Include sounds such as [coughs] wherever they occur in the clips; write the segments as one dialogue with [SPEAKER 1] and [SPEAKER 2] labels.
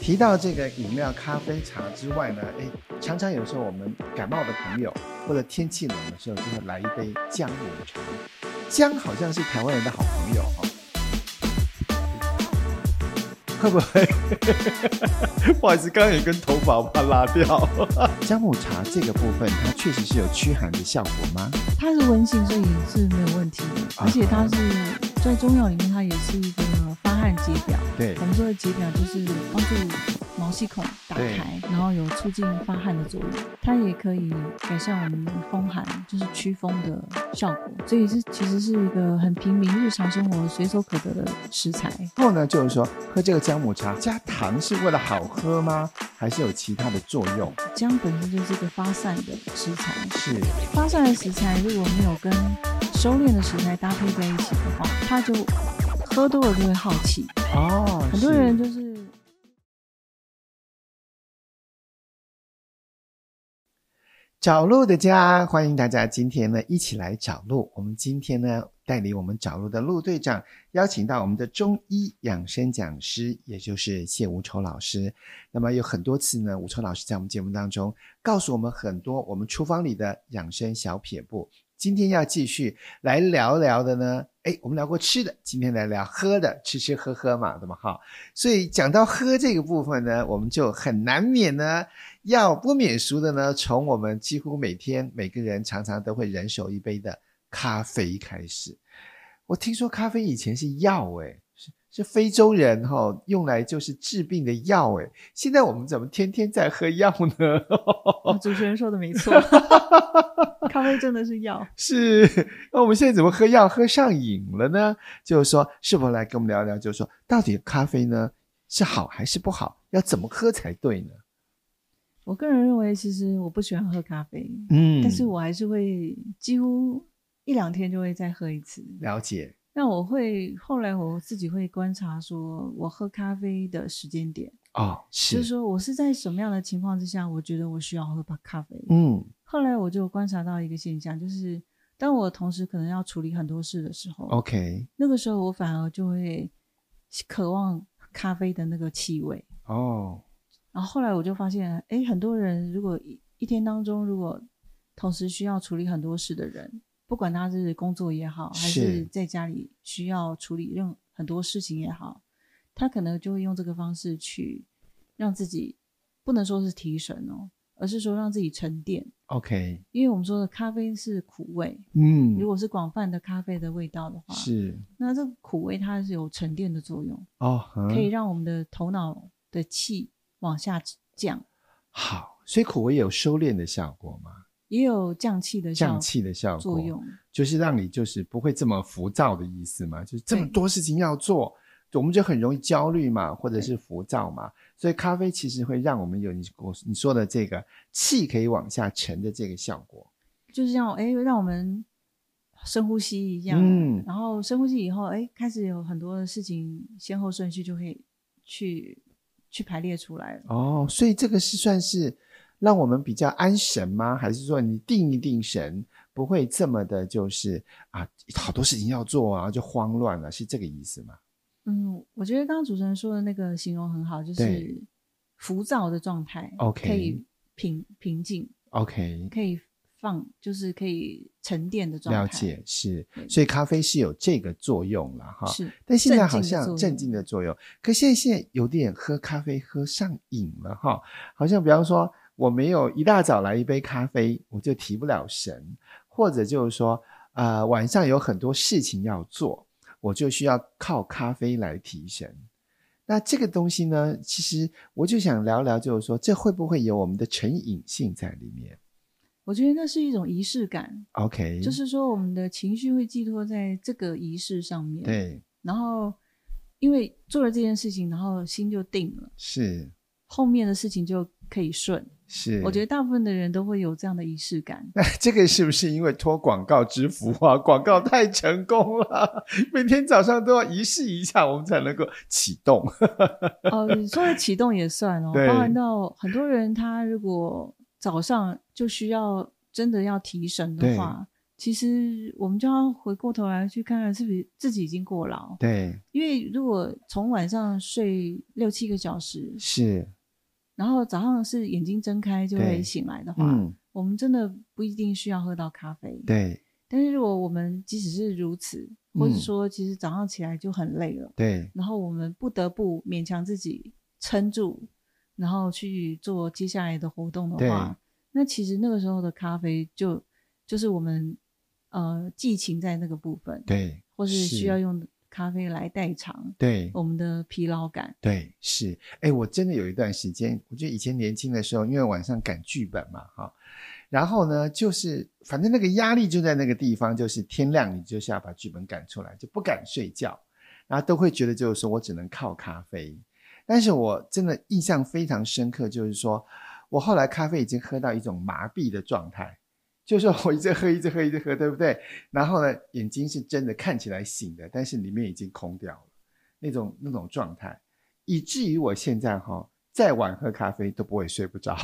[SPEAKER 1] 提到这个饮料、咖啡、茶之外呢，哎，常常有时候我们感冒的朋友，或者天气冷的时候，就会来一杯姜母茶。姜好像是台湾人的好朋友哦。会不会？ [laughs] 不好意思，刚刚有根头发我把它拉掉。 [laughs] 姜母茶这个部分，它确实是有驱寒的效果吗？
[SPEAKER 2] 它是温性，所以是没有问题的。
[SPEAKER 1] 啊
[SPEAKER 2] 而且它是在中药里面，它也是一个发汗解表。
[SPEAKER 1] 对
[SPEAKER 2] 我们说的解表就是帮助毛细孔打开，然后有促进发汗的作用。它也可以改善我们风寒，就是祛风的效果。所以是其实是一个很平民日常生活随手可得的食材。
[SPEAKER 1] 然后呢，就是说喝这个姜母茶加糖是为了好喝吗？还是有其他的作用？
[SPEAKER 2] 姜本身就是一个发散的食材，
[SPEAKER 1] 是
[SPEAKER 2] 发散的食材如果没有跟收敛的食材搭配在一起的话，它就喝多了就会好奇。
[SPEAKER 1] 哦，
[SPEAKER 2] 很多
[SPEAKER 1] 是
[SPEAKER 2] 人就是
[SPEAKER 1] 找路的家，欢迎大家今天呢一起来找路。我们今天呢带领我们找路的陆队长，邀请到我们的中医养生讲师，也就是谢无愁老师。那么有很多次呢，无愁老师在我们节目当中告诉我们很多我们厨房里的养生小撇步。今天要继续来聊聊的呢，哎，我们聊过吃的，今天来聊喝的，吃吃喝喝嘛，对吗？哈，所以讲到喝这个部分呢，我们就很难免呢，要不免俗的呢，从我们几乎每天每个人常常都会人手一杯的咖啡开始。我听说咖啡以前是药、诶，是是非洲人哈、用来就是治病的药、诶，现在我们怎么天天在喝药呢？ [laughs]
[SPEAKER 2] 哦主持人说的没错，咖啡真的是药。
[SPEAKER 1] [laughs] 是，那我们现在怎么喝药喝上瘾了呢？就是说，是否来跟我们聊聊，就是说，到底咖啡呢是好还是不好？要怎么喝才对呢？
[SPEAKER 2] 我个人认为，其实我不喜欢喝咖啡，
[SPEAKER 1] 嗯
[SPEAKER 2] 但是我还是会几乎一两天就会再喝一次。
[SPEAKER 1] 了解，
[SPEAKER 2] 那我会后来我自己会观察，说我喝咖啡的时间点，
[SPEAKER 1] 哦，，
[SPEAKER 2] 就是是说我是在什么样的情况之下，我觉得我需要喝吧咖啡。
[SPEAKER 1] 嗯，
[SPEAKER 2] 后来我就观察到一个现象，就是当我同时可能要处理很多事的时
[SPEAKER 1] 哦
[SPEAKER 2] 候，
[SPEAKER 1] OK，
[SPEAKER 2] 那个时候我反而就会渴望咖啡的那个气味。
[SPEAKER 1] 哦，
[SPEAKER 2] 然后后来我就发现，哎，很多人如果一一天当中如果同时需要处理很多事的人，不管他是工作也好，还
[SPEAKER 1] 是
[SPEAKER 2] 是在家里需要处理任很多事情也好，他可能就会用这个方式去让自己不能说是提神哦，而是说让自己沉淀。
[SPEAKER 1] ，OK，
[SPEAKER 2] 因为我们说的咖啡是苦味，
[SPEAKER 1] 嗯
[SPEAKER 2] 如，果是广泛的咖啡的味道的话，
[SPEAKER 1] 是，
[SPEAKER 2] 那这个苦味它是有沉淀的作用，
[SPEAKER 1] 哦，
[SPEAKER 2] 可以
[SPEAKER 1] 嗯，
[SPEAKER 2] 让我们的头脑的气往下降，
[SPEAKER 1] 好，所以口味有收敛的效果嘛，
[SPEAKER 2] 也有降气的效
[SPEAKER 1] 降气的效果，
[SPEAKER 2] 作用。
[SPEAKER 1] 就是让你就是不会这么浮躁的意思嘛，就是这么
[SPEAKER 2] 对
[SPEAKER 1] 多事情要做，我们就很容易焦虑嘛，或者是浮躁嘛。所以咖啡其实会让我们有你我你说的这个气可以往下沉的这个效果。
[SPEAKER 2] 就是像哎，让我们深呼吸一样，
[SPEAKER 1] 嗯
[SPEAKER 2] 然后深呼吸以后，哎，开始有很多的事情先后顺序就会去去排列出来了。
[SPEAKER 1] 哦，所以这个是算是让我们比较安神吗？还是说你定一定神，不会这么的就是啊，好多事情要做啊，就慌乱了，是这个意思吗？
[SPEAKER 2] 嗯，我觉得刚刚主持人说的那个形容很好，就
[SPEAKER 1] 对
[SPEAKER 2] 是浮躁的状态
[SPEAKER 1] OK
[SPEAKER 2] 可以平平静，
[SPEAKER 1] ？OK，
[SPEAKER 2] 可以放，就是可以沉淀的状态。
[SPEAKER 1] 了解是，
[SPEAKER 2] 对
[SPEAKER 1] 所以咖啡是有这个作用了哈。
[SPEAKER 2] 是，
[SPEAKER 1] 啊但现在好
[SPEAKER 2] 镇静的作
[SPEAKER 1] 像
[SPEAKER 2] 用
[SPEAKER 1] 镇静的作用，可现在现在有点喝咖啡喝上瘾了哈，好像比方说我没有一大早来一杯咖啡，我就提不了神，或者就是说，呃，晚上有很多事情要做，我就需要靠咖啡来提神。那这个东西呢，其实我就想聊聊，就是说这会不会有我们的成瘾性在里面
[SPEAKER 2] 我觉得那是一种仪式感，
[SPEAKER 1] ？OK，
[SPEAKER 2] 就是说我们的情绪会寄托在这个仪式上面。，
[SPEAKER 1] 对，
[SPEAKER 2] 然后因为做了这件事情，然后心就定了，
[SPEAKER 1] 是
[SPEAKER 2] 后面的事情就可以顺。
[SPEAKER 1] 是，
[SPEAKER 2] 我觉得大部分的人都会有这样的仪式感。
[SPEAKER 1] [laughs] 那这个是不是因为托广告之福啊？ [laughs] 广告太成功了，每天早上都要仪式一下，我们才能够启动。 [laughs]
[SPEAKER 2] 哦，你说的启动也算哦，
[SPEAKER 1] 对
[SPEAKER 2] 包含到很多人他如果早上就需要真的要提神的话，其实我们就要回过头来去看看是不是自己已经过劳，
[SPEAKER 1] 对，
[SPEAKER 2] 因为如果从晚上睡六七个小时，
[SPEAKER 1] 是，
[SPEAKER 2] 然后早上是眼睛睁开就
[SPEAKER 1] 对
[SPEAKER 2] 会醒来的话，
[SPEAKER 1] 嗯，
[SPEAKER 2] 我们真的不一定需要喝到咖啡。
[SPEAKER 1] 对
[SPEAKER 2] 但是如果我们即使是如此，或者
[SPEAKER 1] 嗯
[SPEAKER 2] 说其实早上起来就很累了，
[SPEAKER 1] 对
[SPEAKER 2] 然后我们不得不勉强自己撑住，然后去做接下来的活动的话，那其实那个时候的咖啡就就是我们呃寄情在那个部分，
[SPEAKER 1] 对，
[SPEAKER 2] 或是
[SPEAKER 1] 是
[SPEAKER 2] 需要用咖啡来代偿
[SPEAKER 1] 对，
[SPEAKER 2] 我们的疲劳感。
[SPEAKER 1] 对，是，哎，我真的有一段时间，我觉得以前年轻的时候，因为晚上赶剧本嘛，哈、然后呢，就是反正那个压力就在那个地方，就是天亮你就是要把剧本赶出来，就不敢睡觉，然后都会觉得就是说我只能靠咖啡。但是我真的印象非常深刻，就是说我后来咖啡已经喝到一种麻痹的状态，就是我一直喝，一直喝，一直喝，对不对？然后呢，眼睛是真的看起来醒的，但是里面已经空掉了，那种那种状态。以至于我现在哈、再晚喝咖啡都不会睡不着。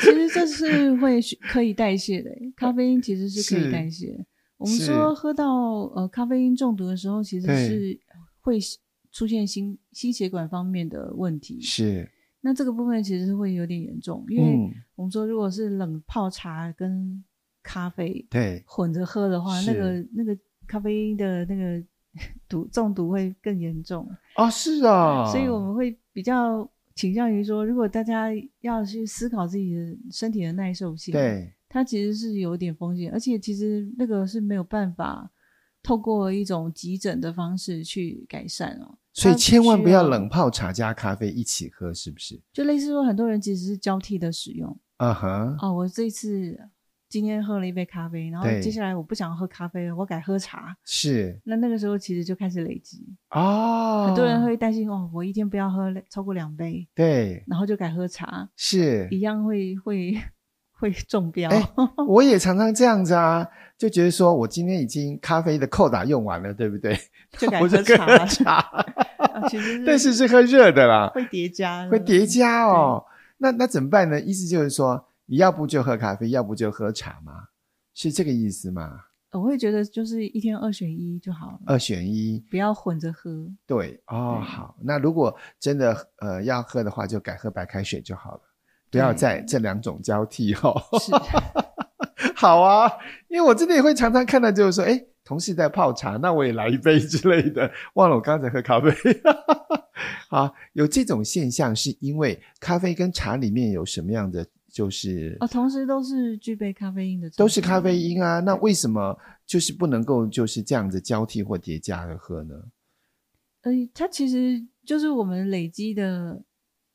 [SPEAKER 2] 其实这是会需可以代谢的欸，咖啡因其实是可
[SPEAKER 1] 是
[SPEAKER 2] 以代谢的。我们
[SPEAKER 1] 是
[SPEAKER 2] 说喝到呃咖啡因中毒的时候，其实
[SPEAKER 1] 对
[SPEAKER 2] 是会出现心心血管方面的问题。
[SPEAKER 1] [laughs] 是，
[SPEAKER 2] 那这个部分其实是会有点严重，因为
[SPEAKER 1] 嗯，
[SPEAKER 2] 我们说如果是冷泡茶跟咖啡
[SPEAKER 1] 对，
[SPEAKER 2] 混着喝的话，
[SPEAKER 1] 是
[SPEAKER 2] 那个那个咖啡因的那个 [laughs] 毒中毒会更严重，
[SPEAKER 1] 哦，是啊、
[SPEAKER 2] 所以我们会比较倾向于说，如果大家要去思考自己的身体的耐受性，，
[SPEAKER 1] 对
[SPEAKER 2] 它其实是有点风险，而且其实那个是没有办法透过一种急诊的方式去改善哦。
[SPEAKER 1] 所以
[SPEAKER 2] 它
[SPEAKER 1] 千万不
[SPEAKER 2] 需
[SPEAKER 1] 要冷，泡茶加咖啡一起喝，是不是？
[SPEAKER 2] 就类似说很多人其实是交替的使用。
[SPEAKER 1] 啊哈，
[SPEAKER 2] 哦，我这一次今天喝了一杯咖啡，然后
[SPEAKER 1] 对
[SPEAKER 2] 接下来我不想喝咖啡了，我改喝茶。
[SPEAKER 1] 是
[SPEAKER 2] 那那个时候其实就开始累积，
[SPEAKER 1] 哦，
[SPEAKER 2] 很多人会担心哦，我一天不要喝超过两杯，
[SPEAKER 1] 对
[SPEAKER 2] 然后就改喝茶，
[SPEAKER 1] 是
[SPEAKER 2] 一样会会会中标。
[SPEAKER 1] 哎
[SPEAKER 2] 哦
[SPEAKER 1] 我也常常这样子啊，就觉得说我今天已经咖啡的扣打用完了，对不对？
[SPEAKER 2] 就
[SPEAKER 1] [laughs]
[SPEAKER 2] 改
[SPEAKER 1] 我就
[SPEAKER 2] 喝
[SPEAKER 1] 跟
[SPEAKER 2] 茶
[SPEAKER 1] 喝
[SPEAKER 2] [laughs]
[SPEAKER 1] 茶，
[SPEAKER 2] 啊其
[SPEAKER 1] [laughs]
[SPEAKER 2] 实
[SPEAKER 1] 但是是喝热的啦，
[SPEAKER 2] 会叠加的，
[SPEAKER 1] 会叠加哦。那那怎么办呢？意思就是说，你要不就喝咖啡，要不就喝茶嘛，是这个意思吗？
[SPEAKER 2] 我会觉得就是一天二选一就好了，
[SPEAKER 1] 二选一，
[SPEAKER 2] 不要混着喝。
[SPEAKER 1] [laughs] 对哦，
[SPEAKER 2] 对
[SPEAKER 1] 好。那如果真的呃要喝的话，就改喝白开水就好了，不要
[SPEAKER 2] 对
[SPEAKER 1] 再这两种交替哦。 [laughs]
[SPEAKER 2] 是，
[SPEAKER 1] 好啊，因为我真的也会常常看到，就是说，哎，同事在泡茶，那我也来一杯之类的。忘了我刚才喝咖啡。 [laughs] 好，有这种现象是因为咖啡跟茶里面有什么样的就是
[SPEAKER 2] 哦，同时都是具备咖啡因的成分，
[SPEAKER 1] 都是咖啡因啊，那为什么就是不能够就是这样子交替或叠加的喝呢？
[SPEAKER 2] 呃，它其实就是我们累积的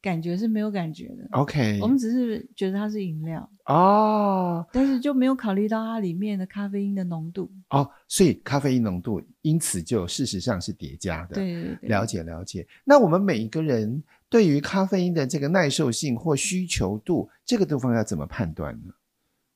[SPEAKER 2] 感觉是没有感觉的，
[SPEAKER 1] OK，
[SPEAKER 2] 我们只是觉得它是饮料，
[SPEAKER 1] 哦
[SPEAKER 2] 但是就没有考虑到它里面的咖啡因的浓度。
[SPEAKER 1] 哦，所以咖啡因浓度因此就事实上是叠加的。，
[SPEAKER 2] 对对对，
[SPEAKER 1] 了解了解。那我们每一个人对于咖啡因的这个耐受性或需求度这个地方要怎么判断呢？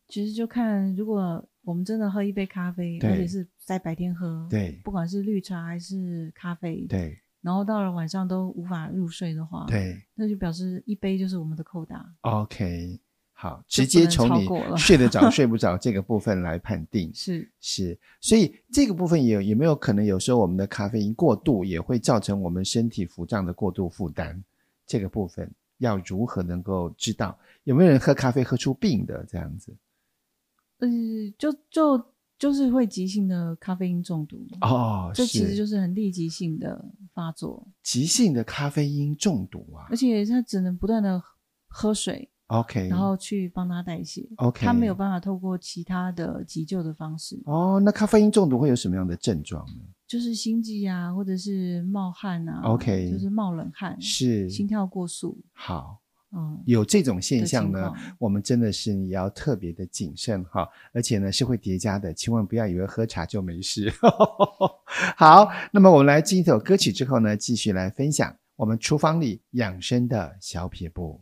[SPEAKER 2] 其实就看如果我们真的喝一杯咖啡，
[SPEAKER 1] 对
[SPEAKER 2] 而且是在白天喝，，
[SPEAKER 1] 对
[SPEAKER 2] 不管是绿茶还是咖啡，，
[SPEAKER 1] 对
[SPEAKER 2] 然后到了晚上都无法入睡的话，，
[SPEAKER 1] 对
[SPEAKER 2] 那就表示一杯就是我们的扣打。
[SPEAKER 1] ，OK，好，直
[SPEAKER 2] 就不
[SPEAKER 1] 接
[SPEAKER 2] 能
[SPEAKER 1] 从
[SPEAKER 2] 超
[SPEAKER 1] 你
[SPEAKER 2] 过了 [laughs]
[SPEAKER 1] 睡得着睡不着这个部分来判定。
[SPEAKER 2] 是，
[SPEAKER 1] 是，所以这个部分也有有没有可能，有时候我们的咖啡因过度也会造成我们身体腹胀的过度负担？这个部分要如何能够知道？有没有人喝咖啡喝出病的这样子？
[SPEAKER 2] 呃，就就就是会急性的咖啡因中毒。
[SPEAKER 1] 哦，
[SPEAKER 2] 这其实
[SPEAKER 1] 是
[SPEAKER 2] 就是很立即性的发作，
[SPEAKER 1] 急性的咖啡因中毒啊
[SPEAKER 2] 而。且他只能不断的喝水，
[SPEAKER 1] OK，
[SPEAKER 2] 然后去帮他代谢。
[SPEAKER 1] 嗯 OK
[SPEAKER 2] 他没有办法透过其他的急救的方式，
[SPEAKER 1] 哦，那咖啡因中毒会有什么样的症状呢？
[SPEAKER 2] 就是心悸啊，或者是冒汗啊
[SPEAKER 1] OK
[SPEAKER 2] 就是冒冷汗，
[SPEAKER 1] 是
[SPEAKER 2] 心跳过速，
[SPEAKER 1] 好
[SPEAKER 2] 嗯，
[SPEAKER 1] 有这种现
[SPEAKER 2] 的
[SPEAKER 1] 象
[SPEAKER 2] 情
[SPEAKER 1] 呢，
[SPEAKER 2] 况
[SPEAKER 1] 我们真的是也要特别的谨慎哈，而且呢是会叠加的，千万不要以为喝茶就没事。 [laughs] 好，那么我们来进一首歌曲之后呢，继续来分享我们厨房里养生的小撇步。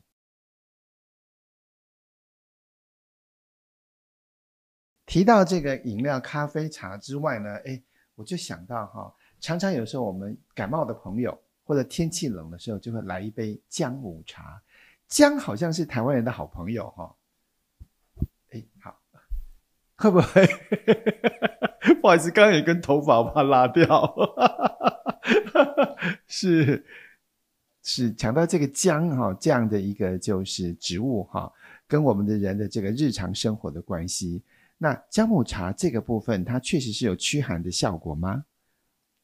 [SPEAKER 1] 提到这个饮料、咖啡、茶之外呢，哎，我就想到哈，常常有时候我们感冒的朋友或者天气冷的时候，就会来一杯姜母茶。姜好像是台湾人的好朋友哈、诶哎，好，会不会？ [laughs] 不好意思，刚刚有一根头发把它拉掉， [laughs] 是是讲到这个姜哈、这样的一个就是植物哈、跟我们的人的这个日常生活的关系。那姜母茶这个部分，它确实是有驱寒的效果吗？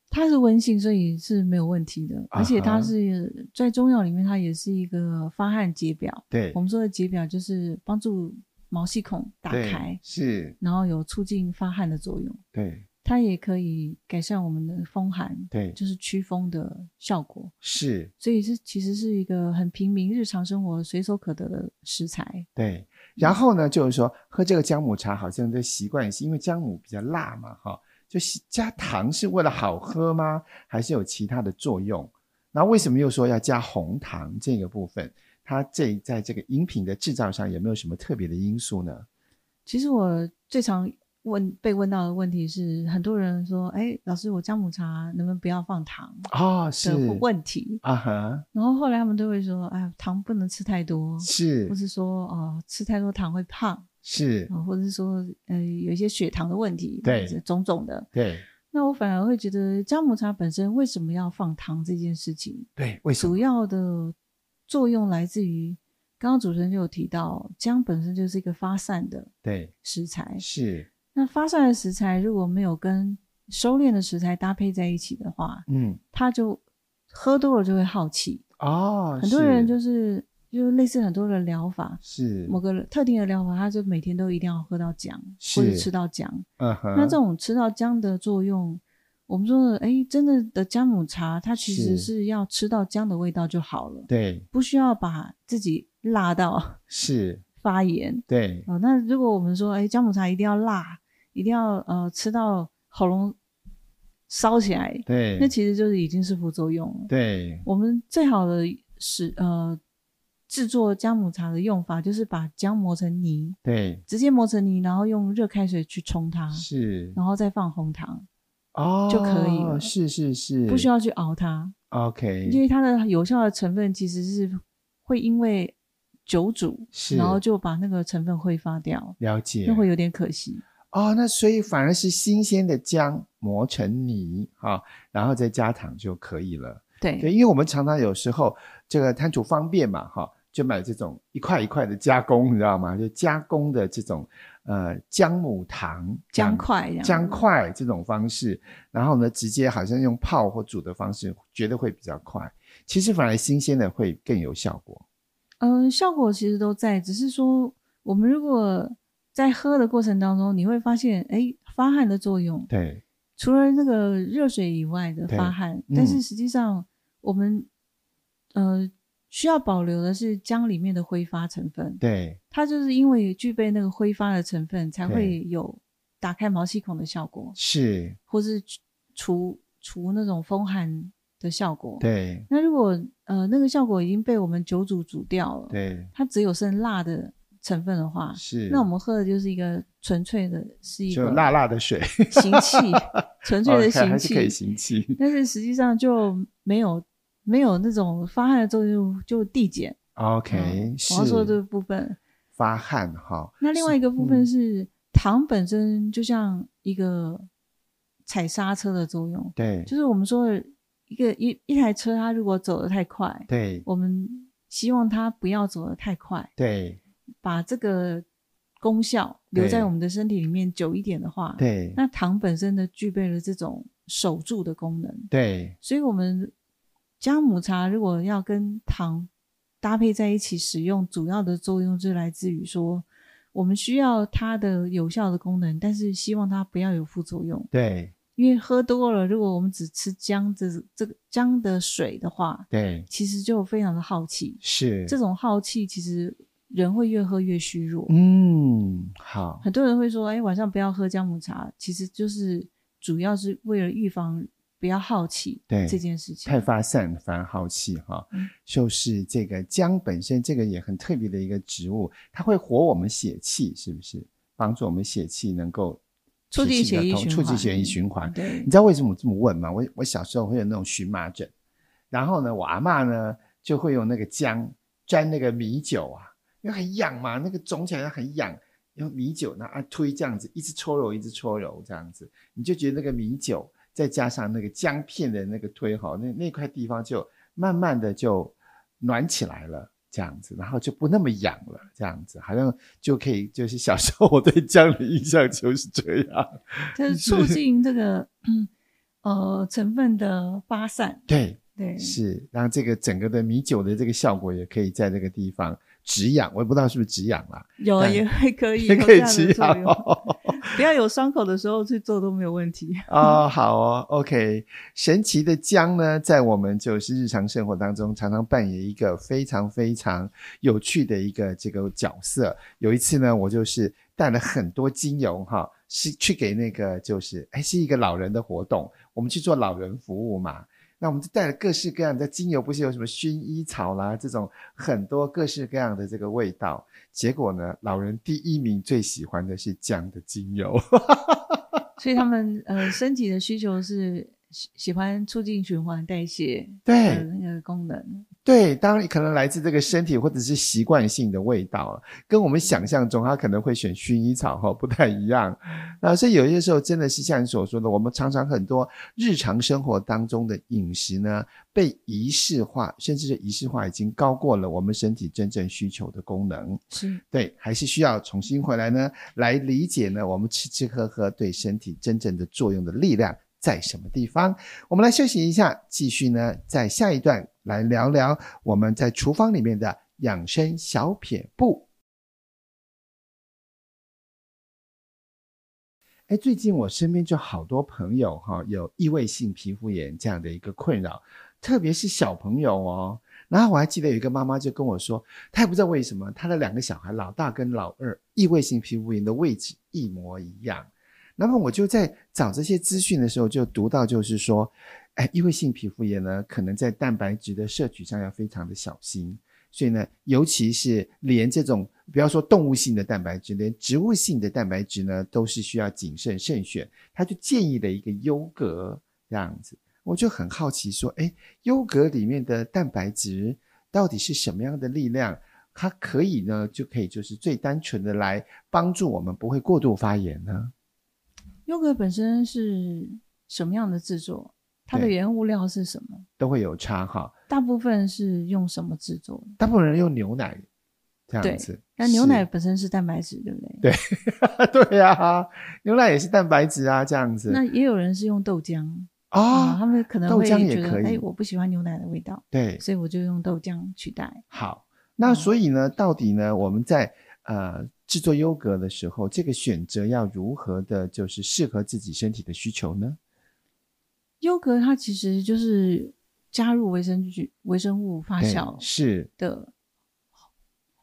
[SPEAKER 2] 它是温性，所以是没有问题的。
[SPEAKER 1] 啊哈
[SPEAKER 2] 而且它是在中药里面，它也是一个发汗解表。
[SPEAKER 1] 对
[SPEAKER 2] 我，们说的解表就是帮助毛细孔打开
[SPEAKER 1] 对，，是，
[SPEAKER 2] 然后有促进发汗的作用。
[SPEAKER 1] 对，
[SPEAKER 2] 它也可以改善我们的风寒，
[SPEAKER 1] 对，
[SPEAKER 2] 就是祛风的效果。
[SPEAKER 1] 是，
[SPEAKER 2] 所以是其实是一个很平民日常生活随手可得的食材。
[SPEAKER 1] 对。然后呢，就是说喝这个姜母茶，好像的习惯是因为姜母比较辣嘛，哈、就是加糖是为了好喝吗？还是有其他的作用？那为什么又说要加红糖这个部分？它这在这个饮品的制造上有没有什么特别的因素呢？
[SPEAKER 2] 其实我最常问被问到的问题是，很多人说：“哎，老师，我姜母茶能不能不要放糖
[SPEAKER 1] 哦，？”是
[SPEAKER 2] 的问题。
[SPEAKER 1] 啊哈，
[SPEAKER 2] 然后后来他们都会说：“哎呀，糖不能吃太多，
[SPEAKER 1] 是
[SPEAKER 2] 或是说哦、吃太多糖会胖，
[SPEAKER 1] 是，
[SPEAKER 2] 哦或者是说呃有一些血糖的问题，
[SPEAKER 1] 对
[SPEAKER 2] 或者种种的。”
[SPEAKER 1] 对
[SPEAKER 2] 那我反而会觉得姜母茶本身为什么要放糖这件事情，
[SPEAKER 1] 对，为什么？
[SPEAKER 2] 主要的作用来自于刚刚主持人就有提到，姜本身就是一个发散的
[SPEAKER 1] 对，
[SPEAKER 2] 食材。
[SPEAKER 1] 是，
[SPEAKER 2] 那发散的食材如果没有跟收敛的食材搭配在一起的话，
[SPEAKER 1] 嗯，
[SPEAKER 2] 它就喝多了就会好气。
[SPEAKER 1] 哦，
[SPEAKER 2] 很多人
[SPEAKER 1] 是
[SPEAKER 2] 就是就是类似很多的疗法，
[SPEAKER 1] 是
[SPEAKER 2] 某个特定的疗法，他就每天都一定要喝到姜
[SPEAKER 1] 是
[SPEAKER 2] 或者吃到姜。
[SPEAKER 1] 嗯哼，
[SPEAKER 2] 那这种吃到姜的作用，我们说的哎，真的的姜母茶，它其实
[SPEAKER 1] 是
[SPEAKER 2] 是要吃到姜的味道就好了。
[SPEAKER 1] 对
[SPEAKER 2] 不需要把自己辣到 [laughs]
[SPEAKER 1] 是，
[SPEAKER 2] 发炎
[SPEAKER 1] 对
[SPEAKER 2] 哦。那如果我们说，哎，姜母茶一定要辣，一定要呃吃到喉咙烧起来，
[SPEAKER 1] 对，
[SPEAKER 2] 那其实就是已经是副作用了。
[SPEAKER 1] 对
[SPEAKER 2] 我们最好的是呃制作姜母茶的用法，就是把姜磨成泥，
[SPEAKER 1] 对
[SPEAKER 2] 直接磨成泥，然后用热开水去冲它，
[SPEAKER 1] 是
[SPEAKER 2] 然后再放红糖，
[SPEAKER 1] 哦
[SPEAKER 2] 就可以了
[SPEAKER 1] 是是是，
[SPEAKER 2] 不需
[SPEAKER 1] 要
[SPEAKER 2] 要去熬它，因
[SPEAKER 1] OK
[SPEAKER 2] 为它的有效的成分其实是会因为久煮，
[SPEAKER 1] 是
[SPEAKER 2] 然后就把那个成分挥发掉，
[SPEAKER 1] 了解
[SPEAKER 2] 那会有点可惜。
[SPEAKER 1] 哦，那所以反而是新鲜的姜磨成泥哈、然后再加糖就可以了。
[SPEAKER 2] 对，
[SPEAKER 1] 对，因为我们常常有时候这个摊主方便嘛，哈、就买这种一块一块的加工，你知道吗？就加工的这种呃姜母糖、
[SPEAKER 2] 姜块这样，
[SPEAKER 1] 姜块这种方式，然后呢，直接好像用泡或煮的方式，觉得会比较快。其实反而新鲜的会更有效果。
[SPEAKER 2] 嗯、效果其实都在，只是说我们如果在喝的过程当中，你会发现，哎，发汗的作用，
[SPEAKER 1] 对，
[SPEAKER 2] 除了那个热水以外的发汗，
[SPEAKER 1] 对嗯
[SPEAKER 2] 但是实际上我们呃需要保留的是姜里面的挥发成分，
[SPEAKER 1] 对，
[SPEAKER 2] 它就是因为具备那个挥发的成分，才
[SPEAKER 1] 对
[SPEAKER 2] 会有打开毛细孔的效果，
[SPEAKER 1] 是，
[SPEAKER 2] 或是除除除那种风寒的效果。
[SPEAKER 1] 对，
[SPEAKER 2] 那如果呃那个效果已经被我们酒煮煮掉了，
[SPEAKER 1] 对，
[SPEAKER 2] 它只有剩辣的成分的话，
[SPEAKER 1] 是。
[SPEAKER 2] 啊那我们喝的就是一个纯粹的，是一
[SPEAKER 1] 就
[SPEAKER 2] [laughs] 个
[SPEAKER 1] 辣辣的水，
[SPEAKER 2] 行
[SPEAKER 1] [laughs]
[SPEAKER 2] 气，纯粹的
[SPEAKER 1] OK，
[SPEAKER 2] 行
[SPEAKER 1] 还是可以
[SPEAKER 2] 气。
[SPEAKER 1] 行气
[SPEAKER 2] 但是实际上就没有没有那种发汗的作用，就递减。
[SPEAKER 1] OK，、
[SPEAKER 2] 嗯
[SPEAKER 1] 是
[SPEAKER 2] 我要说的这个部分，
[SPEAKER 1] 发汗哈，
[SPEAKER 2] 那另外一个部
[SPEAKER 1] 嗯
[SPEAKER 2] 分是、糖本身就像一个踩刹车的作用，
[SPEAKER 1] 对
[SPEAKER 2] 就是我们说的一个一一台车，它如果走得太快，
[SPEAKER 1] 对
[SPEAKER 2] 我们希望它不要走得太快，
[SPEAKER 1] 对
[SPEAKER 2] 把这个功效留在我们的身体里面久一点的话，
[SPEAKER 1] 对
[SPEAKER 2] 那糖本身的具备了这种守住的功能，
[SPEAKER 1] 对
[SPEAKER 2] 所以我们姜母茶如果要跟糖搭配在一起使用，主要的作用就来自于说，我们需要它的有效的功能，但是希望它不要有副作用，
[SPEAKER 1] 对
[SPEAKER 2] 因为喝多了，如果我们只吃姜这这个姜的水的话，
[SPEAKER 1] 对
[SPEAKER 2] 其实就非常的好气，
[SPEAKER 1] 是，
[SPEAKER 2] 这种好气其实人会越喝越虚弱。
[SPEAKER 1] 嗯好
[SPEAKER 2] 很多人会说，哎，晚上不要喝姜母茶，其实就是主要是为了预防不要好气
[SPEAKER 1] 对
[SPEAKER 2] 这件事情
[SPEAKER 1] 太。发散反而好气哈
[SPEAKER 2] 嗯，
[SPEAKER 1] 就是这个姜本身这个也很特别的一个植物，它会活我们血气，是不是帮助我们血气能够
[SPEAKER 2] 促进
[SPEAKER 1] 气比较
[SPEAKER 2] 血液
[SPEAKER 1] 通
[SPEAKER 2] 循
[SPEAKER 1] 促进
[SPEAKER 2] 环嗯
[SPEAKER 1] 血液循环，
[SPEAKER 2] 对
[SPEAKER 1] [laughs] 你知道为什么我这么问吗？我我小时候会有那种荨麻疹，然后呢，我阿嬷呢就会用那个姜沾那个米酒啊，因为很痒嘛，那个肿起来很痒，用米酒呢啊推这样子，一直搓揉，一直搓揉这样子，你就觉得那个米酒再加上那个姜片的那个推哈，那那块地方就慢慢的就暖起来了。这样子，然后就不那么痒了，这样子好像就可以，就是小时候我对姜的印象就是这样，
[SPEAKER 2] 就是促进这个呃成分的发散。
[SPEAKER 1] 对，
[SPEAKER 2] 对，
[SPEAKER 1] 是让这个整个的米酒的这个效果也可以在这个地方止痒，我也不知道是不是止痒啦，
[SPEAKER 2] 有啊
[SPEAKER 1] 但
[SPEAKER 2] 也会可以，
[SPEAKER 1] 也 [laughs]
[SPEAKER 2] 有
[SPEAKER 1] 可以
[SPEAKER 2] 这样的
[SPEAKER 1] 止
[SPEAKER 2] 作
[SPEAKER 1] 痒
[SPEAKER 2] 用 [laughs]
[SPEAKER 1] 哦。
[SPEAKER 2] 不要有伤口的时候去做都没有问题。
[SPEAKER 1] 哦，好哦，OK。神奇的姜呢，在我们就是日常生活当中，常常扮演一个非常非常有趣的一个这个角色。有一次呢，我就是带了很多精油哈，是去给那个就是哎是一个老人的活动，我们去做老人服务嘛。那我们就带了各式各样的精油，不是有什么薰衣草啦这种很多各式各样的这个味道。结果呢，老人第一名最喜欢的是姜的精油。
[SPEAKER 2] [laughs] 所以他们呃身体的需求是喜喜欢促进循环代谢
[SPEAKER 1] 对
[SPEAKER 2] 的那个功能。
[SPEAKER 1] 对，当然可能来自这个身体或者是习惯性的味道了，跟我们想象中它可能会选薰衣草哈不太一样。那所以有些时候真的是像你所说的，我们常常很多日常生活当中的饮食呢被仪式化，甚至是仪式化已经高过了我们身体真正需求的功能。
[SPEAKER 2] 是
[SPEAKER 1] 对，还是需要重新回来呢，来理解呢，我们吃吃喝喝对身体真正的作用的力量在什么地方？我们来休息一下，继续呢，在下一段来聊聊我们在厨房里面的养生小撇步。哎，最近我身边就好多朋友哈、有异位性皮肤炎这样的一个困扰，特别是小朋友哦。然后我还记得有一个妈妈就跟我说，她也不知道为什么，她的两个小孩老大跟老二异位性皮肤炎的位置一模一样。那么我就在找这些资讯的时候，就读到就是说，哎，异位性皮肤炎呢，可能在蛋白质的摄取上要非常的小心。所以呢，尤其是连这种不要说动物性的蛋白质，连植物性的蛋白质呢，都是需要谨慎慎选。他就建议了一个优格这样子，我就很好奇说，哎，优格里面的蛋白质到底是什么样的力量？它可以呢，就可以就是最单纯的来帮助我们不会过度发炎呢？
[SPEAKER 2] 优格本身是什么样的制作？它的
[SPEAKER 1] 对
[SPEAKER 2] 原物料是什么？
[SPEAKER 1] 都会有差哈。
[SPEAKER 2] 大部分是用什么制作的？
[SPEAKER 1] 大部分人用牛奶这样子，
[SPEAKER 2] 那牛
[SPEAKER 1] 是 [laughs]
[SPEAKER 2] 奶本身是蛋白质，对不对？
[SPEAKER 1] 对对呀、牛奶也是蛋白质啊，这样子
[SPEAKER 2] 那也有人是用豆浆
[SPEAKER 1] 啊、
[SPEAKER 2] 啊，他们可能
[SPEAKER 1] 豆
[SPEAKER 2] 会
[SPEAKER 1] 浆也
[SPEAKER 2] 觉得
[SPEAKER 1] 可，以
[SPEAKER 2] 哎，我不喜欢牛奶的味道，
[SPEAKER 1] 对，
[SPEAKER 2] 所以我就用豆浆取代。
[SPEAKER 1] 好，那
[SPEAKER 2] 嗯
[SPEAKER 1] 所以呢，到底呢，我们在呃制作优格的时候，这个选择要如何的，就是适合自己身体的需求呢？
[SPEAKER 2] 优格它其实就是加入维生菌、微生物发
[SPEAKER 1] 对
[SPEAKER 2] 酵
[SPEAKER 1] 是，
[SPEAKER 2] 的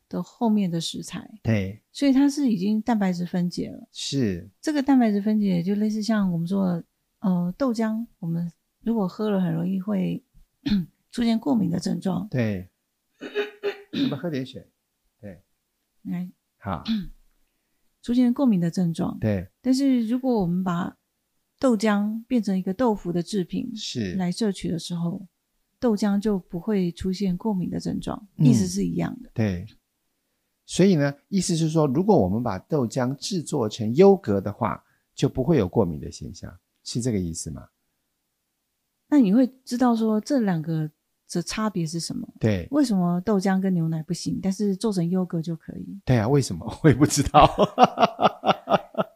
[SPEAKER 2] 的后面的食材，
[SPEAKER 1] 对，
[SPEAKER 2] 所以它是已经蛋白质分解了。
[SPEAKER 1] 是，
[SPEAKER 2] 这个蛋白质分解就类似像我们说的，呃，豆浆，我们如果喝了很容易会 [coughs] 出现过敏的症状。
[SPEAKER 1] 对。我们喝点水，
[SPEAKER 2] 来， [clears throat]
[SPEAKER 1] 好，
[SPEAKER 2] 出现过敏的症状。
[SPEAKER 1] 对，
[SPEAKER 2] 但是如果我们把豆浆变成一个豆腐的制品
[SPEAKER 1] 是，
[SPEAKER 2] 来摄取的时候，豆浆就不会出现过敏的症状，
[SPEAKER 1] 嗯
[SPEAKER 2] 意思是一样的。
[SPEAKER 1] 对。所以呢，意思是说，如果我们把豆浆制作成优格的话，就不会有过敏的现象，是这个意思吗？
[SPEAKER 2] 那你会知道说这两个的差别是什么？
[SPEAKER 1] 对，
[SPEAKER 2] 为什么豆浆跟牛奶不行，但是做成优格就可以？
[SPEAKER 1] 对啊，为什么 [laughs] 我也不知道？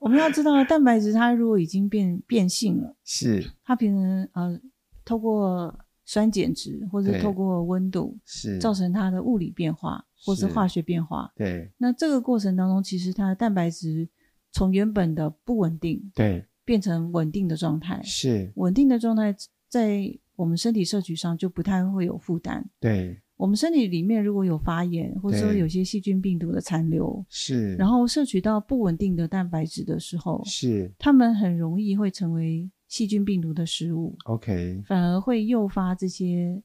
[SPEAKER 2] 我们要知道，蛋白质它如果已经变变性了，
[SPEAKER 1] 是
[SPEAKER 2] 它变成呃，透过酸碱值或者
[SPEAKER 1] 对
[SPEAKER 2] 透过温度
[SPEAKER 1] 是，
[SPEAKER 2] 造成它的物理变化或是
[SPEAKER 1] 是
[SPEAKER 2] 化学变化。
[SPEAKER 1] 对
[SPEAKER 2] 那这个过程当中，其实它的蛋白质从原本的不稳定
[SPEAKER 1] 对
[SPEAKER 2] 变成稳定的状态，
[SPEAKER 1] 是，
[SPEAKER 2] 稳定的状态在我们身体摄取上就不太会有负担。
[SPEAKER 1] 对
[SPEAKER 2] 我们身体里面如果有发炎，或者说
[SPEAKER 1] 对
[SPEAKER 2] 有些细菌病毒的残留，
[SPEAKER 1] 是，
[SPEAKER 2] 然后摄取到不稳定的蛋白质的时候，
[SPEAKER 1] 是
[SPEAKER 2] 它们很容易会成为细菌病毒的食物，
[SPEAKER 1] OK，
[SPEAKER 2] 反而会诱发这些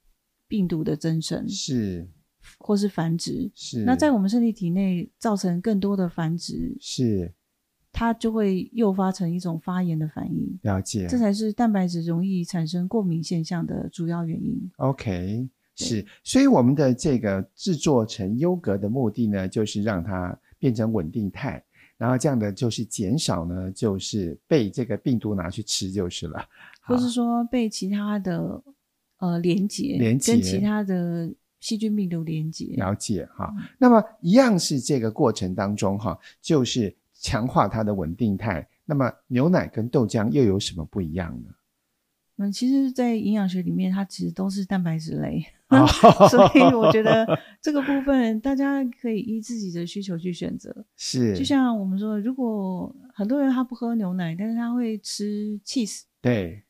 [SPEAKER 2] 病毒的增生
[SPEAKER 1] 是
[SPEAKER 2] 或是繁殖。
[SPEAKER 1] 是，
[SPEAKER 2] 那在我们身体体内造成更多的繁殖，
[SPEAKER 1] 是
[SPEAKER 2] 它就会诱发成一种发炎的反应，
[SPEAKER 1] 了解
[SPEAKER 2] 这才是蛋白质容易产生过敏现象的主要原因。
[SPEAKER 1] ，OK。
[SPEAKER 2] 对
[SPEAKER 1] 是，所以我们的这个制作成优格的目的呢，就是让它变成稳定态。然后这样的就是减少呢，就是被这个病毒拿去吃就是了，
[SPEAKER 2] 或是说被其他的呃连接，
[SPEAKER 1] 连结
[SPEAKER 2] 跟其他的细菌病毒连接，
[SPEAKER 1] 了解哈。
[SPEAKER 2] 嗯
[SPEAKER 1] 那么一样是这个过程当中哈，就是强化它的稳定态。那么牛奶跟豆浆又有什么不一样呢？
[SPEAKER 2] 嗯，其实，在营养学里面，它其实都是蛋白质类，
[SPEAKER 1] 哦
[SPEAKER 2] [laughs] [laughs] 所以我觉得这个部分大家可以依自己的需求去选择。
[SPEAKER 1] [laughs] 是，
[SPEAKER 2] 就像我们说，如果很多人他不喝牛奶，但是他会吃 cheese，cheese
[SPEAKER 1] 对，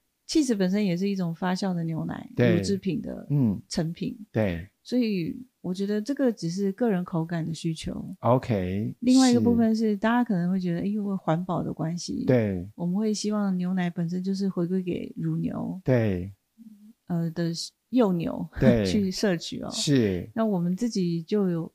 [SPEAKER 2] 本身也是一种发酵的牛奶
[SPEAKER 1] 对
[SPEAKER 2] 乳制品的
[SPEAKER 1] 嗯，
[SPEAKER 2] 成品，
[SPEAKER 1] 对
[SPEAKER 2] 所以我觉得这个只是个人口感的需求。
[SPEAKER 1] ，OK。
[SPEAKER 2] 另外一个部，分是，大家可能会觉得，因为环保的关系，，
[SPEAKER 1] 对
[SPEAKER 2] 我们会希望牛奶本身就是回归给乳牛，
[SPEAKER 1] 对
[SPEAKER 2] 呃的幼牛
[SPEAKER 1] 对
[SPEAKER 2] [laughs] 去摄取哦。
[SPEAKER 1] 是，
[SPEAKER 2] 那我们自己就有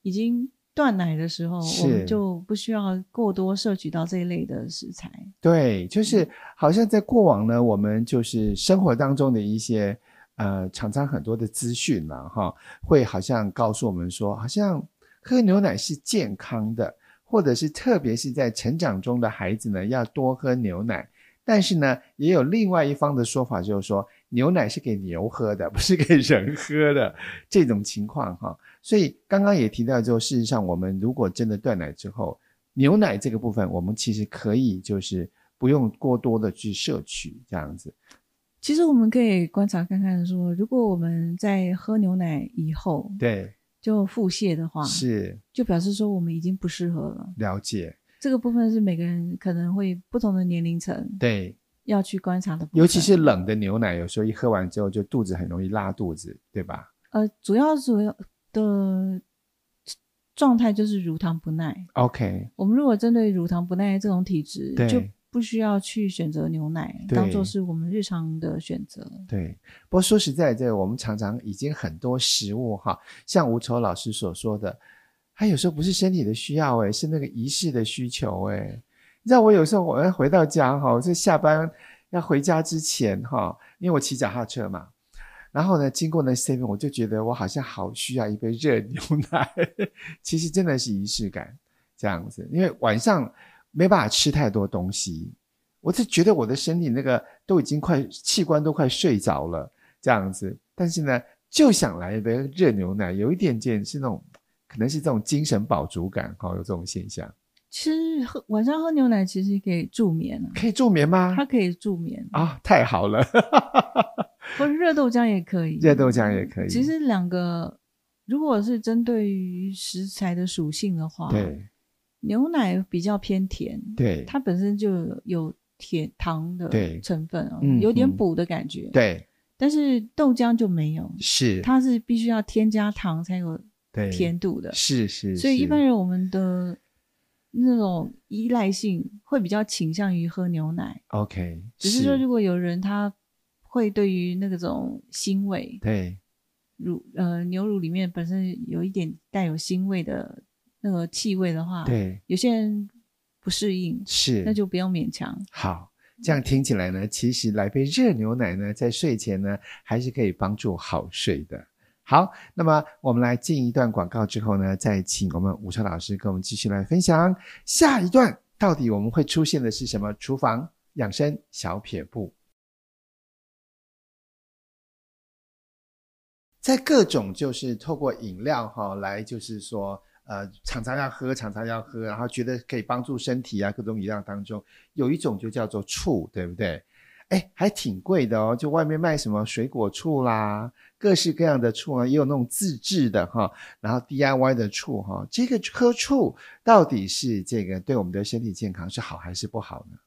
[SPEAKER 2] 已经断奶的时候，我
[SPEAKER 1] 是
[SPEAKER 2] 们就不需要过多摄取到这一类的食材。
[SPEAKER 1] 对，就是好像在过往呢，我们就是生活当中的一些呃，常常很多的资讯啦，哈，会好像告诉我们说，好像喝牛奶是健康的，或者是特别是在成长中的孩子呢，要多喝牛奶。但是呢，也有另外一方的说法，就是说牛奶是给牛喝的，不是给人喝的这种情况哈。所以刚刚也提到，就事实上我们如果真的断奶之后，牛奶这个部分，我们其实可以就是不用过多的去摄取这样子。
[SPEAKER 2] 其实我们可以观察看看说，如果我们在喝牛奶以后
[SPEAKER 1] 对，
[SPEAKER 2] 就腹泻的话，
[SPEAKER 1] 是
[SPEAKER 2] 就表示说我们已经不适合了。
[SPEAKER 1] 了解。
[SPEAKER 2] 这个部分是每个人可能会不同的年龄层
[SPEAKER 1] 对，
[SPEAKER 2] 要去观察的部分，
[SPEAKER 1] 尤其是冷的牛奶，有时候一喝完之后就肚子很容易拉肚子，对吧？
[SPEAKER 2] 呃，主要主要的状态就是乳糖不耐。
[SPEAKER 1] OK，
[SPEAKER 2] 我们如果针对乳糖不耐这种体质
[SPEAKER 1] 对，
[SPEAKER 2] 就不需要去选择牛奶，
[SPEAKER 1] 对
[SPEAKER 2] 当做是我们日常的选择。
[SPEAKER 1] 对。不过说实在，这个我们常常已经很多食物哈，像吴愁老师所说的，它有时候不是身体的需要，哎，是那个仪式的需求，哎。你知道我有时候我要回到家哈，就下班要回家之前哈，因为我骑脚踏车嘛，然后呢，经过那 seven，我就觉得我好像好需要一杯热牛奶。 [laughs] 其实真的是仪式感这样子，因为晚上没办法吃太多东西，我就觉得我的身体那个都已经快器官都快睡着了这样子，但是呢，就想来一杯热牛奶，有一点点是那种可能是这种精神饱足感哈、有这种现象，
[SPEAKER 2] 其实喝晚上喝牛奶其实可以助眠啊，
[SPEAKER 1] 可以助眠吗？
[SPEAKER 2] 它可以助眠，
[SPEAKER 1] 啊，太好了，
[SPEAKER 2] 或者热豆浆也可以，嗯
[SPEAKER 1] 热豆浆也可以
[SPEAKER 2] 其实两个，如果是针对于食材的属性的话，，
[SPEAKER 1] 对
[SPEAKER 2] 牛奶比较偏甜，
[SPEAKER 1] 对
[SPEAKER 2] 它本身就有有甜糖的
[SPEAKER 1] 对
[SPEAKER 2] 成分啊
[SPEAKER 1] 嗯，
[SPEAKER 2] 有点
[SPEAKER 1] 嗯
[SPEAKER 2] 补的感觉。，
[SPEAKER 1] 对
[SPEAKER 2] 但是豆浆就没有，
[SPEAKER 1] 是，
[SPEAKER 2] 它是必须要添加糖才有
[SPEAKER 1] 对
[SPEAKER 2] 甜度的，
[SPEAKER 1] 是是，
[SPEAKER 2] 所以一
[SPEAKER 1] 是
[SPEAKER 2] 般人我们的那种依赖性会比较倾向于喝牛奶。
[SPEAKER 1] OK，
[SPEAKER 2] 只是说，如果有人他会对于那种腥味，
[SPEAKER 1] 对
[SPEAKER 2] 乳呃牛乳里面本身有一点带有腥味的那个气味的话，
[SPEAKER 1] 对
[SPEAKER 2] 有些人不适应，
[SPEAKER 1] 是，
[SPEAKER 2] 啊那就不要勉强。
[SPEAKER 1] 好，这样听起来呢，其实来杯热牛奶呢，在睡前呢，还是可以帮助好睡的。好，那么我们来进一段广告之后呢，再请我们吴超老师跟我们继续来分享下一段到底我们会出现的是什么厨房养生小撇步。在各种就是透过饮料哈、来，就是说呃常常要喝，常常要喝，然后觉得可以帮助身体啊各种饮料当中，有一种就叫做醋，对不对？哎，还挺贵的哦，就外面卖什么水果醋啦，各式各样的醋啊，也有那种自制的哈，然后 DIY 的醋哈，这个喝醋到底是这个对我们的身体健康是好还是不好呢？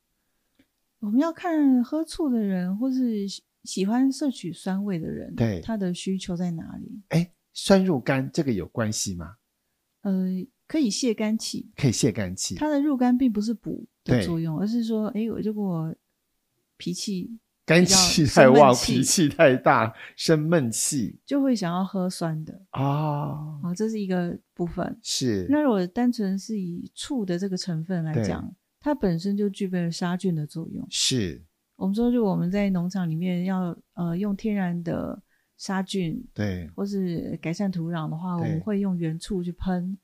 [SPEAKER 2] 我们要看喝醋的人，或是喜喜欢摄取酸味的人，
[SPEAKER 1] 对
[SPEAKER 2] 他的需求在哪里？
[SPEAKER 1] 哎，酸入肝这个有关系吗？
[SPEAKER 2] 呃，可以泻肝气，
[SPEAKER 1] 可以泻肝气，
[SPEAKER 2] 它的入肝并不是补的
[SPEAKER 1] 对
[SPEAKER 2] 作用，而是说，哎，我如果脾气
[SPEAKER 1] 肝
[SPEAKER 2] 比较
[SPEAKER 1] 气
[SPEAKER 2] 生
[SPEAKER 1] 太
[SPEAKER 2] 闷
[SPEAKER 1] 旺，
[SPEAKER 2] 气
[SPEAKER 1] 脾气太大，生闷气
[SPEAKER 2] 就会想要喝酸的
[SPEAKER 1] 啊、哦，
[SPEAKER 2] 啊、这是一个部分。
[SPEAKER 1] 是
[SPEAKER 2] 那如果单纯是以醋的这个成分来
[SPEAKER 1] 对
[SPEAKER 2] 讲，它本身就具备了杀菌的作用。
[SPEAKER 1] 是，
[SPEAKER 2] 我们说，如果我们在农场里面要呃用天然的杀菌
[SPEAKER 1] 对
[SPEAKER 2] 或是改善土壤的话，我
[SPEAKER 1] 对
[SPEAKER 2] 们会用原醋去喷，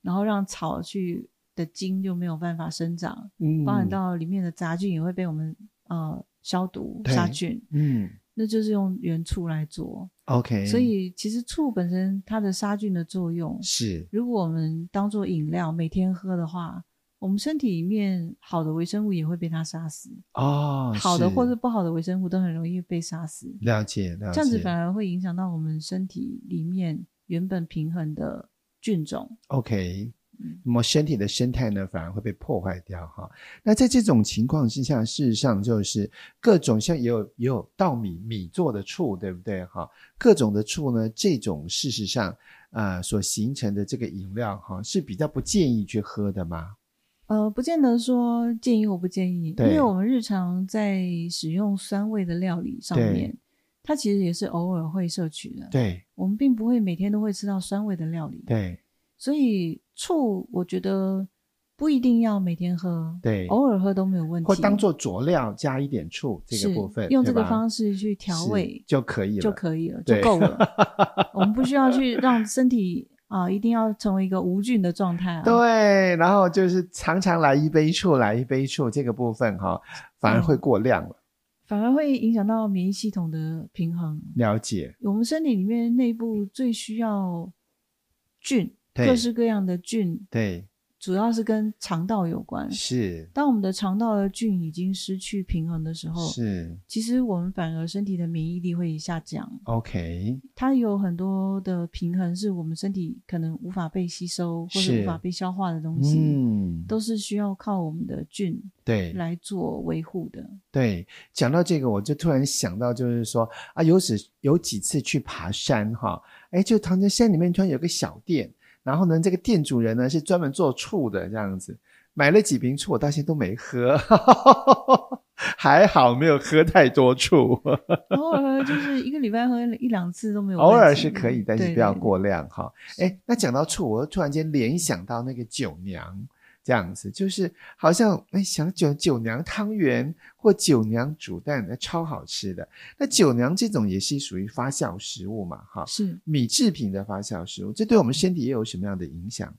[SPEAKER 2] 然后让草去的茎就没有办法生长，
[SPEAKER 1] 嗯，
[SPEAKER 2] 包含到里面的杂菌也会被我们呃消毒
[SPEAKER 1] 对
[SPEAKER 2] 杀菌，
[SPEAKER 1] 嗯
[SPEAKER 2] 那就是用原醋来做。
[SPEAKER 1] ，OK，
[SPEAKER 2] 所以其实醋本身它的杀菌的作用，
[SPEAKER 1] 是
[SPEAKER 2] 如果我们当做饮料每天喝的话，我们身体里面好的微生物也会被它杀死，
[SPEAKER 1] 哦，
[SPEAKER 2] 好的或是不好的微生物都很容易被杀死，
[SPEAKER 1] 了解了解，
[SPEAKER 2] 这样子反而会影响到我们身体里面原本平衡的菌种。
[SPEAKER 1] OK，
[SPEAKER 2] 嗯
[SPEAKER 1] 那么身体的生态呢，反而会被破坏掉哈。那在这种情况之下，事实上就是各种像也有也有稻米米做的醋，对不对哈？各种的醋呢，这种事实上呃所形成的这个饮料哈，是比较不建议去喝的嘛。
[SPEAKER 2] 呃，不见得说建议或不建议，因
[SPEAKER 1] 对
[SPEAKER 2] 为我们日常在使用酸味的料理上
[SPEAKER 1] 对
[SPEAKER 2] 面，它其实也是偶尔会摄取的。
[SPEAKER 1] 对
[SPEAKER 2] 我们并不会每天都会吃到酸味的料理，
[SPEAKER 1] 对
[SPEAKER 2] 所以醋我觉得不一定要每天喝，
[SPEAKER 1] 对，
[SPEAKER 2] 偶尔喝都没有问题。
[SPEAKER 1] 或当做佐料加一点醋这个
[SPEAKER 2] 是
[SPEAKER 1] 部分，
[SPEAKER 2] 用这
[SPEAKER 1] 对
[SPEAKER 2] 个
[SPEAKER 1] 吧
[SPEAKER 2] 方式去调
[SPEAKER 1] 是
[SPEAKER 2] 味
[SPEAKER 1] 就可以了，
[SPEAKER 2] 就可以了，就
[SPEAKER 1] 对
[SPEAKER 2] 够
[SPEAKER 1] [laughs]
[SPEAKER 2] 了。我们不需要去让身体啊、一定要成为一个无菌的状态、啊。
[SPEAKER 1] 对，然后就是常常来一杯醋，来一杯醋这个部分哈、反而会过量了。
[SPEAKER 2] 反而会影响到免疫系统的平衡。
[SPEAKER 1] 了解，
[SPEAKER 2] 我们身体里面内部最需要菌，
[SPEAKER 1] 对
[SPEAKER 2] 各式各样的菌，
[SPEAKER 1] 对，
[SPEAKER 2] 主要是跟肠道有关。
[SPEAKER 1] 是
[SPEAKER 2] 当我们的肠道的菌已经失去平衡的时候，
[SPEAKER 1] 是
[SPEAKER 2] 其实我们反而身体的免疫力会下降。
[SPEAKER 1] ，OK，
[SPEAKER 2] 它有很多的平衡是我们身体可能无法被吸收或
[SPEAKER 1] 是
[SPEAKER 2] 者无法被消化的东西，
[SPEAKER 1] 嗯，
[SPEAKER 2] 都是需要靠我们的菌
[SPEAKER 1] 对
[SPEAKER 2] 来做维护的。
[SPEAKER 1] 对。讲到这个，我就突然想到，就是说啊，有时有几次去爬山哈，哎，就唐家山里面突然有个小店，然后呢，这个店主人呢是专门做醋的这样子，买了几瓶醋，我到现在都没喝， [laughs] 还好没有喝太多醋。[laughs]
[SPEAKER 2] 偶尔就是一个礼拜喝一两次都没有问
[SPEAKER 1] 偶
[SPEAKER 2] 题，
[SPEAKER 1] 尔是可以，但是
[SPEAKER 2] 对
[SPEAKER 1] 不要
[SPEAKER 2] 对
[SPEAKER 1] 过量哈。哎，那讲到醋，我又突然间联想到那个酒娘这样子，就是好像哎想酒酒娘汤圆或酒娘煮蛋，那超好吃的。那酒娘这种也是属于发酵食物嘛，哈，
[SPEAKER 2] 是
[SPEAKER 1] 米制品的发酵食物，这对我们身体也有什么样的影响？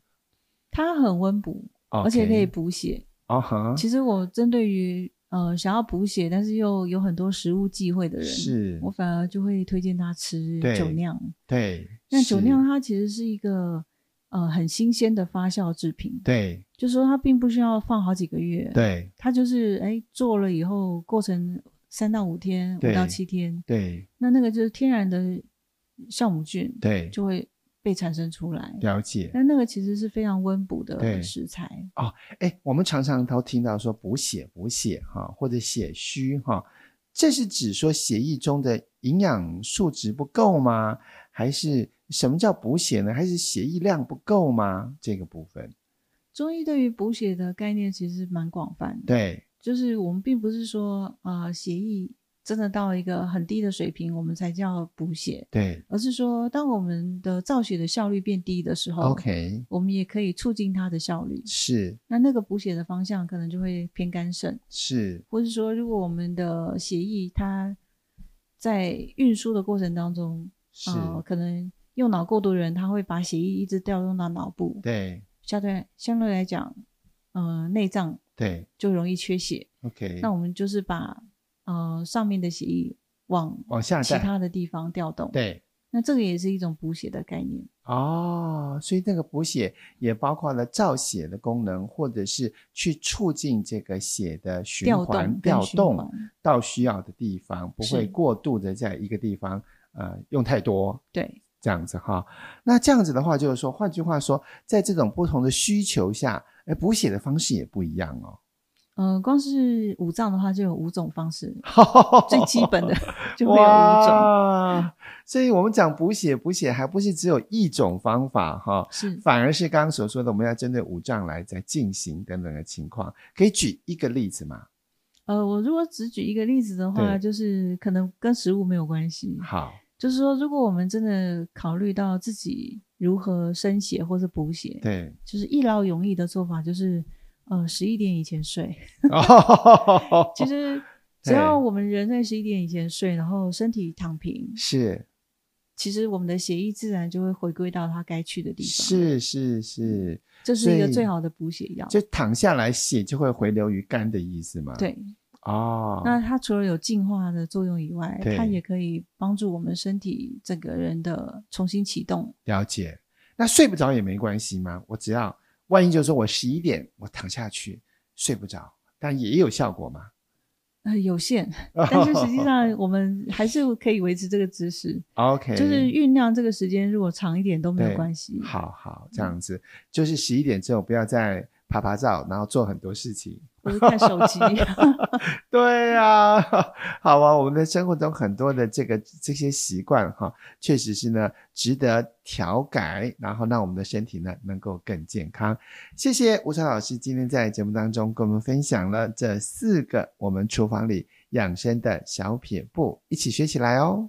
[SPEAKER 2] 它很温补，而且可以补血。
[SPEAKER 1] 哦哈，
[SPEAKER 2] 其实我针对于呃想要补血，但是又有很多食物忌讳的人，
[SPEAKER 1] 是
[SPEAKER 2] 我反而就会推荐他吃
[SPEAKER 1] 对
[SPEAKER 2] 酒酿。
[SPEAKER 1] 对，
[SPEAKER 2] 那
[SPEAKER 1] 是
[SPEAKER 2] 酒酿它其实是一个呃很新鲜的发酵制品，
[SPEAKER 1] 对
[SPEAKER 2] 就是说它并不需要放好几个月，
[SPEAKER 1] 对
[SPEAKER 2] 它就是哎做了以后过程三到五天，
[SPEAKER 1] 对
[SPEAKER 2] 五到七天，
[SPEAKER 1] 对
[SPEAKER 2] 那那个就是天然的酵母菌
[SPEAKER 1] 对，
[SPEAKER 2] 就会被产生出来。
[SPEAKER 1] 了解。
[SPEAKER 2] 那那个其实是非常温补
[SPEAKER 1] 对
[SPEAKER 2] 的食材，
[SPEAKER 1] 哎，我们常常都听到说补血、补血哈、或者血虚哈、这是指说血液中的营养数值不够吗？还是什么叫补血呢？还是血液量不够吗？这个部分，
[SPEAKER 2] 中医对于补血的概念其实蛮广泛的，
[SPEAKER 1] 对
[SPEAKER 2] 就是我们并不是说啊、呃血液真的到一个很低的水平，我们才叫补血，
[SPEAKER 1] 对、
[SPEAKER 2] 而是说当我们的造血的效率变低的时候
[SPEAKER 1] o k
[SPEAKER 2] 我们也可以促进它的效率。
[SPEAKER 1] 是
[SPEAKER 2] 那那个补血的方向可能就会偏肝肾，
[SPEAKER 1] 是，
[SPEAKER 2] 或是说如果我们的血液它在运输的过程当中，
[SPEAKER 1] 是，
[SPEAKER 2] 呃，可能用脑过度的人，他会把血液一直调动到脑部，
[SPEAKER 1] 对
[SPEAKER 2] 相对相对来讲，呃，内脏
[SPEAKER 1] 对
[SPEAKER 2] 就容易缺血。
[SPEAKER 1] ，OK，
[SPEAKER 2] 那我们就是把呃上面的血液往
[SPEAKER 1] 往下
[SPEAKER 2] 其
[SPEAKER 1] 带，
[SPEAKER 2] 他的地方调动，
[SPEAKER 1] 对。
[SPEAKER 2] 那这个也是一种补血的概念。
[SPEAKER 1] 哦，所以那个补血也包括了造血的功能，或者是去促进这个血的循
[SPEAKER 2] 调动
[SPEAKER 1] 环
[SPEAKER 2] 跟
[SPEAKER 1] 调
[SPEAKER 2] 循
[SPEAKER 1] 动
[SPEAKER 2] 环
[SPEAKER 1] 到需要的地方，不
[SPEAKER 2] 是
[SPEAKER 1] 会过度的在一个地方呃用太多
[SPEAKER 2] 对，
[SPEAKER 1] 这样子哈。那这样子的话，就是说，换句话说，在这种不同的需求下，哎，补血的方式也不一样哦。
[SPEAKER 2] 呃，光是五脏的话就有五种方式，最基本的 [laughs] 就会有五种，
[SPEAKER 1] [laughs] 哇，所以我们讲补血，补血还不是只有一种方法哈。
[SPEAKER 2] 是
[SPEAKER 1] 反而是刚刚所说的，我们要针对五脏来在进行等等的情况，可以举一个例子吗？
[SPEAKER 2] 呃，我如果只举一个例子的话，
[SPEAKER 1] 对
[SPEAKER 2] 就是可能跟食物没有关系，
[SPEAKER 1] 好，
[SPEAKER 2] 就是说，如果我们真的考虑到自己如何生血或是补血，
[SPEAKER 1] 对，
[SPEAKER 2] [laughs] 就是一劳永逸的做法，就是呃十一点以前睡。
[SPEAKER 1] 哦，
[SPEAKER 2] 其实只要我们人在十一点以前睡，然后身体躺平，
[SPEAKER 1] 是
[SPEAKER 2] 其实我们的血液自然就会回归到它该去的地方。，
[SPEAKER 1] 是是是，
[SPEAKER 2] 这是一
[SPEAKER 1] 所
[SPEAKER 2] 个
[SPEAKER 1] 以
[SPEAKER 2] 最好的补血药。
[SPEAKER 1] 就躺下来血就会回流于肝的意思嘛？，
[SPEAKER 2] 对，
[SPEAKER 1] 哦，
[SPEAKER 2] 那它除了有净化的作用以外，
[SPEAKER 1] 对
[SPEAKER 2] 它也可以帮助我们身体整个人的重新启动。
[SPEAKER 1] 了解。那睡不着也没关系吗？我只要万一就是说我十一点我躺下去睡不着，但也有效果吗？
[SPEAKER 2] 呃，
[SPEAKER 1] [laughs]
[SPEAKER 2] 有限，但是实际上我们还是可以维持这个
[SPEAKER 1] [laughs]
[SPEAKER 2] 姿势，
[SPEAKER 1] OK，
[SPEAKER 2] 就是酝酿这个时间，如果长一点都没
[SPEAKER 1] 对
[SPEAKER 2] 有关系。
[SPEAKER 1] 好好这样子，就是十一点之后不要再爬爬照，然后做很多事情。
[SPEAKER 2] 我就看手
[SPEAKER 1] [laughs]
[SPEAKER 2] 机，
[SPEAKER 1] 对呀、 [laughs] 好啊，我们的生活中很多的这个这些习惯哈，确实是呢值得调改，然后让我们的身体呢能够更健康。谢谢吴超老师今天在节目当中跟我们分享了这四个我们厨房里养生的小撇步，一起学起来哦。